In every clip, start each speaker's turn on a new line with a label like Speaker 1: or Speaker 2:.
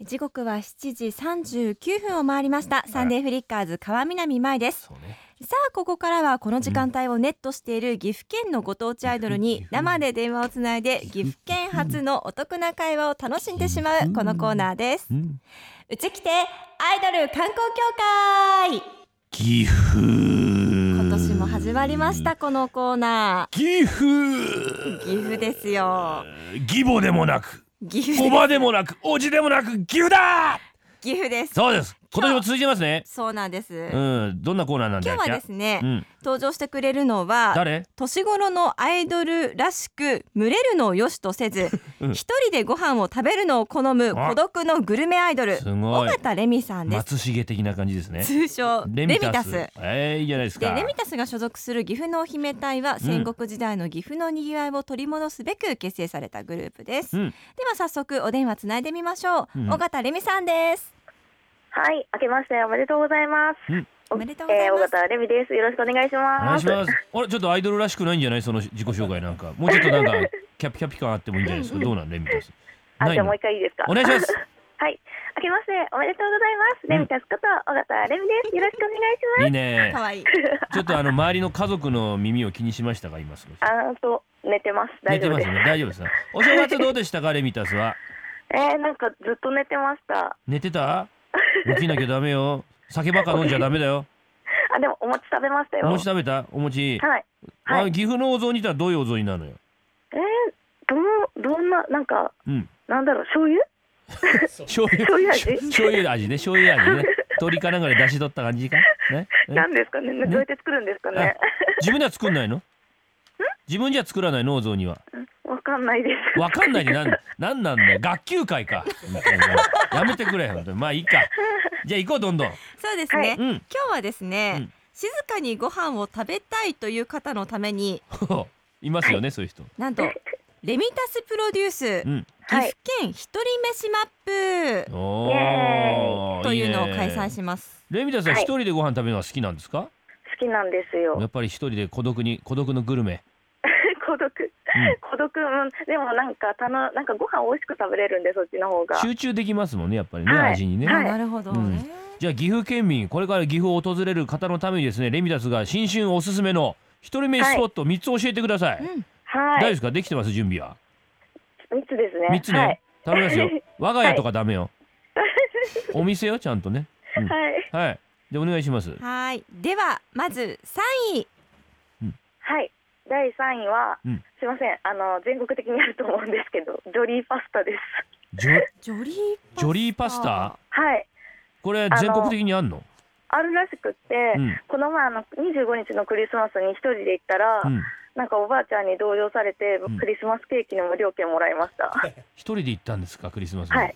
Speaker 1: 時刻は7時39分を回りましたサンデーフリッカーズ川南舞です
Speaker 2: そうね。
Speaker 1: さあここからはこの時間帯をネットしている岐阜県のご当地アイドルに生で電話をつないで岐阜県初のお得な会話を楽しんでしまうこのコーナーです
Speaker 2: ん
Speaker 1: うち来てアイドル観光協会
Speaker 2: 岐阜。
Speaker 1: 今
Speaker 2: 今
Speaker 1: 年も始まりまし。たこのコーナ
Speaker 2: 岐阜。
Speaker 1: ー岐阜ですよ
Speaker 2: 義母でもなく、
Speaker 1: 岐
Speaker 2: お
Speaker 1: 阜
Speaker 2: ばでも なく、おじでもなく、岐阜だ。
Speaker 1: 岐阜です
Speaker 2: そうです。今年も続いてますね。
Speaker 1: そうなんです、
Speaker 2: うん、どんなコーナーなんだ
Speaker 1: 今
Speaker 2: っ
Speaker 1: 日は
Speaker 2: け。
Speaker 1: ですね、
Speaker 2: うん、
Speaker 1: 登場してくれるのは
Speaker 2: 誰。
Speaker 1: 年頃のアイドルらしく群れるのを良しとせ ず
Speaker 2: うん
Speaker 1: 一人でご飯を食べるのを好む
Speaker 2: あ
Speaker 1: 孤独のグルメアイドル
Speaker 2: すご
Speaker 1: 尾
Speaker 2: い。
Speaker 1: 形レミさんです
Speaker 2: 松重的な感じですね。
Speaker 1: 通称レミタス
Speaker 2: ええー、いいじゃないです
Speaker 1: で
Speaker 2: か。
Speaker 1: レミタスが所属する岐阜のお姫隊は戦国時代の岐阜のにぎわいを取り戻すべく結成されたグループです、
Speaker 2: うん
Speaker 1: では早速お電話つないでみましょう、
Speaker 2: うん
Speaker 1: 尾形レミさんです
Speaker 3: はい、明けましておめでとうございます。
Speaker 1: お
Speaker 3: お
Speaker 1: めでとうござい
Speaker 3: えー、尾
Speaker 1: ます、
Speaker 3: 形レミです。よろしくお願いし
Speaker 2: お願
Speaker 3: ま
Speaker 2: い
Speaker 3: す。
Speaker 2: します。あれ、ちょっとアイドルらしくないんじゃない、その自己紹介なんか、もうちょっとなんか、キャピキャピ感あってもいいんじゃないですか。どうなん、レミタス。
Speaker 3: あ、
Speaker 2: ない
Speaker 3: じゃあ
Speaker 2: の
Speaker 3: もう一回いいですか。
Speaker 2: お願いします。
Speaker 3: はい、明けましておめでとうございます。レミタスこと尾形レミです。よろしくお願いし
Speaker 2: いいね
Speaker 1: か。わいい
Speaker 2: ちょっとあの周りの家族の耳を気にしましたか今少し。
Speaker 3: ます。あーと寝てます。
Speaker 2: 寝
Speaker 3: 大
Speaker 2: て
Speaker 3: 丈夫
Speaker 2: ま
Speaker 3: ですす。
Speaker 2: ね。大丈夫です ね。お正月どうでしたかレミタスは。
Speaker 3: えー、なんかずっと寝てました。
Speaker 2: 寝てた？起きなきゃダメよ。酒ばっか飲んじゃダメだよ。
Speaker 3: あ、でもお餅食べましたよ。
Speaker 2: お餅食べた？お餅。
Speaker 3: はい。はい
Speaker 2: あ岐阜のお雑煮とはどういうお雑煮なのよ。
Speaker 3: えー、どのどんななんか
Speaker 2: うん。
Speaker 3: なんだろう醤油？
Speaker 2: 醤油
Speaker 3: 醤油味
Speaker 2: 醤油味ね。醤油味ね。鶏かなんかで出汁取った感じか。ね。ね
Speaker 3: なんですかね。どうやって作るんですかね。
Speaker 2: 自分では作んない の？自分じゃ作らないのお雑煮は。
Speaker 3: わかんないです。
Speaker 2: わかんないでなんなんなんだよ。学級会か。やめてくれ本当に。まあいいか。じゃあ行こうどんどん。
Speaker 1: そうですね、
Speaker 3: はい
Speaker 2: うん。
Speaker 1: 今日はですね、
Speaker 2: うん
Speaker 1: 静かにご飯を食べたいという方のために
Speaker 2: ほういますよね、そういう人。
Speaker 1: なんとレミタスプロデュース
Speaker 2: う
Speaker 1: 岐
Speaker 2: ん。
Speaker 3: はい
Speaker 1: 阜。県一人飯マップ
Speaker 2: おー
Speaker 1: というのを開催
Speaker 2: ね
Speaker 1: します
Speaker 2: レミタさん
Speaker 3: は
Speaker 2: 一
Speaker 3: い
Speaker 2: 人でご飯食べるのは好きなんですか？
Speaker 3: 好きなんですよ
Speaker 2: や。っぱり一人で孤独に孤独のグルメ。
Speaker 3: 孤独、孤独、うん、でもなんかたのなんかご飯美味しく食べれるんでそっちの方が
Speaker 2: 集中できますもんね、やっぱりね、
Speaker 3: はい
Speaker 2: 味にね。
Speaker 3: はい
Speaker 1: あなるほどね、
Speaker 2: じゃあ岐阜県民これから岐阜を訪れる方のためにですね、レミタスが新春おすすめの一人飯スポット三つ教えてください。
Speaker 1: うん
Speaker 2: 大丈夫
Speaker 3: はい
Speaker 2: ですか？できてます準備は。
Speaker 3: 三つですね
Speaker 2: 三つね。
Speaker 3: はい、
Speaker 2: 食べます よ。我が家とかダメよ。お店よちゃんとね。うん
Speaker 3: はい
Speaker 2: はい。でお願いします。
Speaker 1: はいではまず3位
Speaker 3: はい第三位は、
Speaker 2: うん
Speaker 3: すいませんあの全国的にあると思うんですけどジョリーパスタです
Speaker 2: ジョ
Speaker 1: ジョリーパスタ
Speaker 2: ジョリーパスタ
Speaker 3: はい
Speaker 2: これ全国的にあんの？
Speaker 3: あるらしくって、
Speaker 2: うん
Speaker 3: この前あの25日のクリスマスに一人で行ったら、
Speaker 2: うん。
Speaker 3: なんかおばあちゃんに同情されて、
Speaker 2: うん
Speaker 3: クリスマスケーキの無料券もらい ました、
Speaker 2: 一人で行ったんですかクリスマスに、
Speaker 3: はい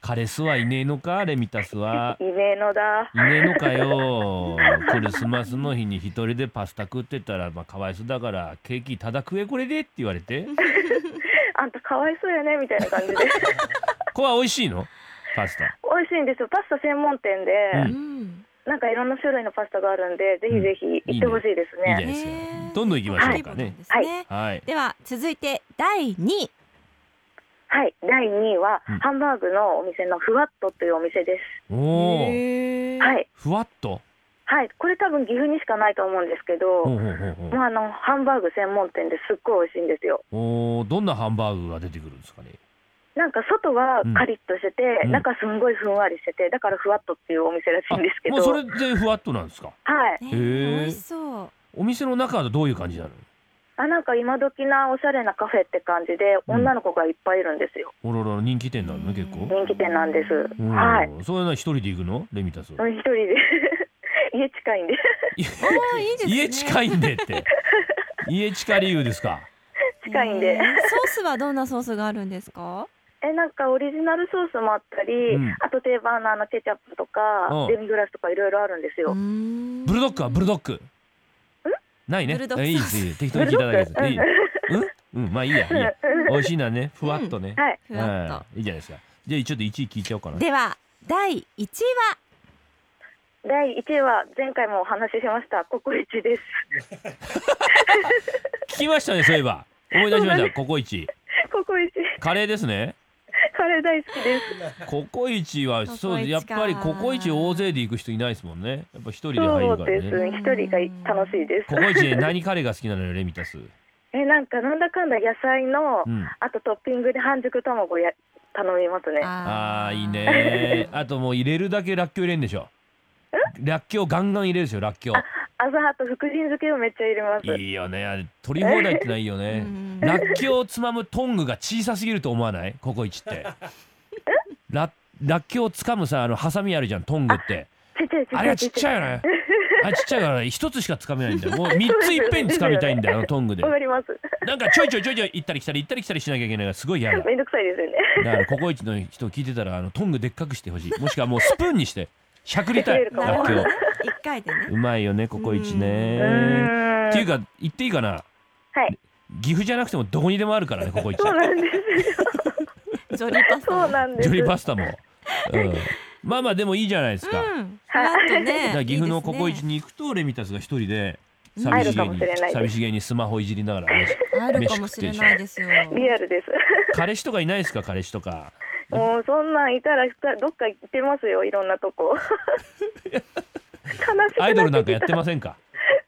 Speaker 2: カレスはいねえのかレミタスは
Speaker 3: イメのだ
Speaker 2: いねえのかよクリスマスの日に一人でパスタ食ってたらまあかわいそうだからケーキただ食えこれでって言われ て
Speaker 3: あんたかわいそうやねみたいな感じ で
Speaker 2: これは美味しいのパスタ
Speaker 3: 美味しいんですよパスタ専門店で、
Speaker 2: うん
Speaker 1: うん
Speaker 3: なんかいろんな種類のパスタがあるんで、ぜひぜひ行ってほしいです
Speaker 2: いいじゃな
Speaker 3: ね。
Speaker 2: いですか、
Speaker 1: ねえ
Speaker 2: どんどん行きましょうか
Speaker 1: ジョリー
Speaker 2: ね
Speaker 1: パスタですね
Speaker 2: はい
Speaker 1: では続いて第2位
Speaker 3: はい、第2位は、
Speaker 2: うん
Speaker 3: ハンバーグのお店のふわっとというお店で
Speaker 2: おおー
Speaker 1: へえ
Speaker 3: す。はい、
Speaker 2: ふわっと
Speaker 3: はい、これ多分岐阜にしかないと思うんですけ
Speaker 2: ほ
Speaker 3: ど、
Speaker 2: うほうほうほう
Speaker 3: まああのハンバーグ専門店ですっごい美味しいんですよ。
Speaker 2: おーどんなハンバーグが出てくるんですかね
Speaker 3: なんか外はカリッとしてて、
Speaker 2: うん
Speaker 3: 中すんごいふんわりしてて、だからふわっとっていうお店らしいんですけ
Speaker 2: もう
Speaker 3: ど、
Speaker 2: そ
Speaker 3: は
Speaker 2: れ
Speaker 3: い、
Speaker 2: でふわっとなんですか
Speaker 1: ね
Speaker 2: へえ
Speaker 1: 美味しそう
Speaker 2: お店の中はどういう感じなの
Speaker 3: あなんか今時なおしゃれなカフェって感じで、
Speaker 2: うん
Speaker 3: 女の子がいっぱいいるんですよ。
Speaker 2: おろろ人気店なのね結構
Speaker 3: 人気店なんです
Speaker 2: おー
Speaker 3: はい
Speaker 2: そういうのは一人で行くのレミタスは
Speaker 3: 一人で 家近いんで、
Speaker 1: おーいいですね
Speaker 2: 家近いんでって 家近理由ですか
Speaker 3: 近いんで
Speaker 1: ね。えソースはどんなソースがあるんですか
Speaker 3: えなんかオリジナルソースもあったり、
Speaker 2: うん
Speaker 3: あと定番のあのケチャップとか、
Speaker 2: うん
Speaker 3: デミグラスとかいろいろあるんですよ、
Speaker 1: ブ
Speaker 2: ブルドッグはブルドッグないね
Speaker 1: ブルドッグ
Speaker 2: えいいですいいです適当に聞いただけですいいうん、うん、まあいいやいいや美味しいなねふわっとね、
Speaker 3: はい
Speaker 1: ふわっと
Speaker 2: うんいいじゃないですかじゃあちょっと1位聞いちゃおうかな
Speaker 1: では第1位は
Speaker 3: 第1位は前回もお話ししましたココイチです
Speaker 2: 聞きましたねそういえば思い出しましたココイチ
Speaker 3: ココイチ
Speaker 2: カレーですね
Speaker 3: カレー大好きです。
Speaker 2: ココイチは
Speaker 1: ココイチか
Speaker 2: そうやっぱりココイチ大勢で行く人いないですもんねやっぱ一人で入る
Speaker 3: そ
Speaker 2: か
Speaker 3: うで
Speaker 2: ら
Speaker 3: す
Speaker 2: ね
Speaker 3: ね。一人が楽しいです
Speaker 2: コ。コイチで何カレーが好きなのよレミタス
Speaker 3: え、なんかなんだかんだ野菜の
Speaker 2: う、ん
Speaker 3: あとトッピングで半熟卵や頼みますね。
Speaker 2: あーいいねあともう入れるだけらっきょう入れんでしょらっきょうガンガン入れるでしょらっきょう
Speaker 3: アザハと福神漬けをめっちゃ入れます。
Speaker 2: いいよねあれ取り放題ってないよ
Speaker 1: う
Speaker 2: ね
Speaker 1: ん
Speaker 2: らっきょうをつまむトングが小さすぎると思わないココイチってららっきょうをつかむさあのハサミあるじゃんトングって
Speaker 3: ちっちゃいちっち
Speaker 2: あ
Speaker 3: ゃ
Speaker 2: れはいちっ
Speaker 3: ち
Speaker 2: ちゃいよね
Speaker 3: っち
Speaker 2: あれちっちゃいからね一つしかつかめないんだよもう三ついっぺんにつかみたいんだよあのトングで
Speaker 3: ゃい。わかります。
Speaker 2: なんかちょいちょいちょいちょい行ったり来たり行ったり来たりしなきゃいけないからすごい嫌だだ
Speaker 3: めんどくさいですよね。
Speaker 2: からココイチの人聞いてたらあのトングでっかくしてほしいもしくはもうスプーンにしてしゃくりたい
Speaker 3: なる
Speaker 1: なる
Speaker 2: らっ
Speaker 1: ほ
Speaker 2: きょ
Speaker 1: ど
Speaker 2: う
Speaker 1: 一回でね
Speaker 2: うまいよねココイチ
Speaker 3: う
Speaker 2: ね
Speaker 3: ーん。
Speaker 2: っていうか言っていいかな
Speaker 3: はい。
Speaker 2: 岐阜じゃなくてもどこにでもあるからねココイチ
Speaker 3: そうなんです。
Speaker 1: ジョリーパスタ
Speaker 3: そうなんです。
Speaker 2: ジョリーパスタも、うん、まあまあでもいいじゃないですか,、
Speaker 1: うんふわっと
Speaker 2: だ
Speaker 1: ね
Speaker 2: から岐阜の
Speaker 1: いいです
Speaker 2: コ
Speaker 1: ね
Speaker 2: コイチに行くとレミタスが一人で
Speaker 1: うん
Speaker 2: 寂しげ
Speaker 3: 入るかも
Speaker 2: に
Speaker 3: しれないです
Speaker 2: 寂しげにスマホいじりながら飯
Speaker 1: あるかもしれないですよ
Speaker 3: リアルです。
Speaker 2: 彼氏とかいないですか彼氏とか
Speaker 3: もうそんなんいたらどっか行ってますよいろんな とこ悲しくなってきた
Speaker 2: アイドルなんかやってませんか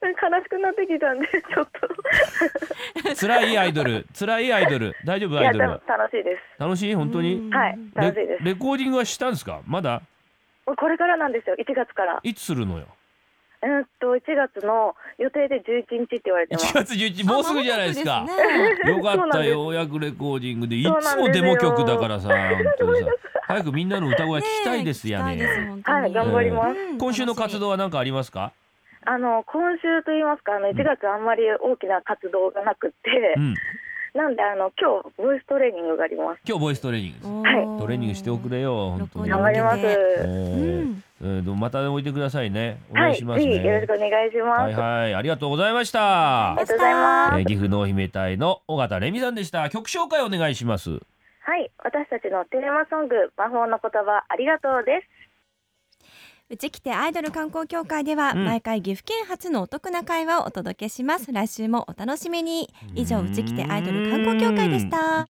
Speaker 3: 悲しくなってきたんでちょっと
Speaker 2: 辛いアイドル辛いアイドル大丈夫
Speaker 3: い
Speaker 2: ア
Speaker 3: や
Speaker 2: イドル
Speaker 3: た楽しいです
Speaker 2: 楽しい本当
Speaker 1: う
Speaker 2: に
Speaker 1: ん
Speaker 3: はい楽しいで
Speaker 2: レレコーディングはしたんですかまだ
Speaker 3: すこれからなんですよ1月から
Speaker 2: いつするのよ
Speaker 3: えーっと1月の予定で11日って言われてます
Speaker 2: 1月11日もうすぐじゃないです
Speaker 1: あ
Speaker 2: か
Speaker 1: まもなくですね
Speaker 2: よか
Speaker 3: そう
Speaker 2: っ
Speaker 3: なん
Speaker 2: た
Speaker 3: です
Speaker 2: ようやくレコーディングでい
Speaker 3: そう
Speaker 2: つ
Speaker 3: なん
Speaker 2: も
Speaker 3: です
Speaker 2: デ
Speaker 3: よ
Speaker 2: モ曲だからさ本当にさ早くみんなの歌声聞きたいですや
Speaker 1: ねえ
Speaker 2: ね
Speaker 1: 聞きたいです本当に
Speaker 3: はい頑
Speaker 2: 張ります
Speaker 1: うん
Speaker 2: 今週の活動は何かありますか
Speaker 3: あの今週と言いますかあの1月あんまり大きな活動がなくて
Speaker 2: う、ん
Speaker 3: なんであの今日ボイストレーニングがあります
Speaker 2: 今日ボイストレーニングです
Speaker 1: 楽しみ
Speaker 3: はい
Speaker 1: おー
Speaker 2: トレーニングしておくれよ本当
Speaker 1: 録
Speaker 2: に
Speaker 3: 頑
Speaker 1: 音
Speaker 3: 張
Speaker 1: に
Speaker 3: ります、
Speaker 1: え
Speaker 2: えーえーでもまた置いてくださいねお願
Speaker 3: はいい
Speaker 2: し
Speaker 3: ぜ
Speaker 2: ますね
Speaker 3: ひよろしくお願いします、
Speaker 2: はいはいありがとうございました
Speaker 3: ありがとうございます
Speaker 2: えー岐阜のお姫隊の尾形レミさんでした曲紹介お願いします
Speaker 3: はい、私たちのテーマソング「魔法の言葉ありがとう」です。
Speaker 1: うちきてアイドル観光協会では
Speaker 2: うん
Speaker 1: 毎回岐阜県発のお得な会話をお届けします来週もお楽しみに以上うちきてアイドル観光協会でした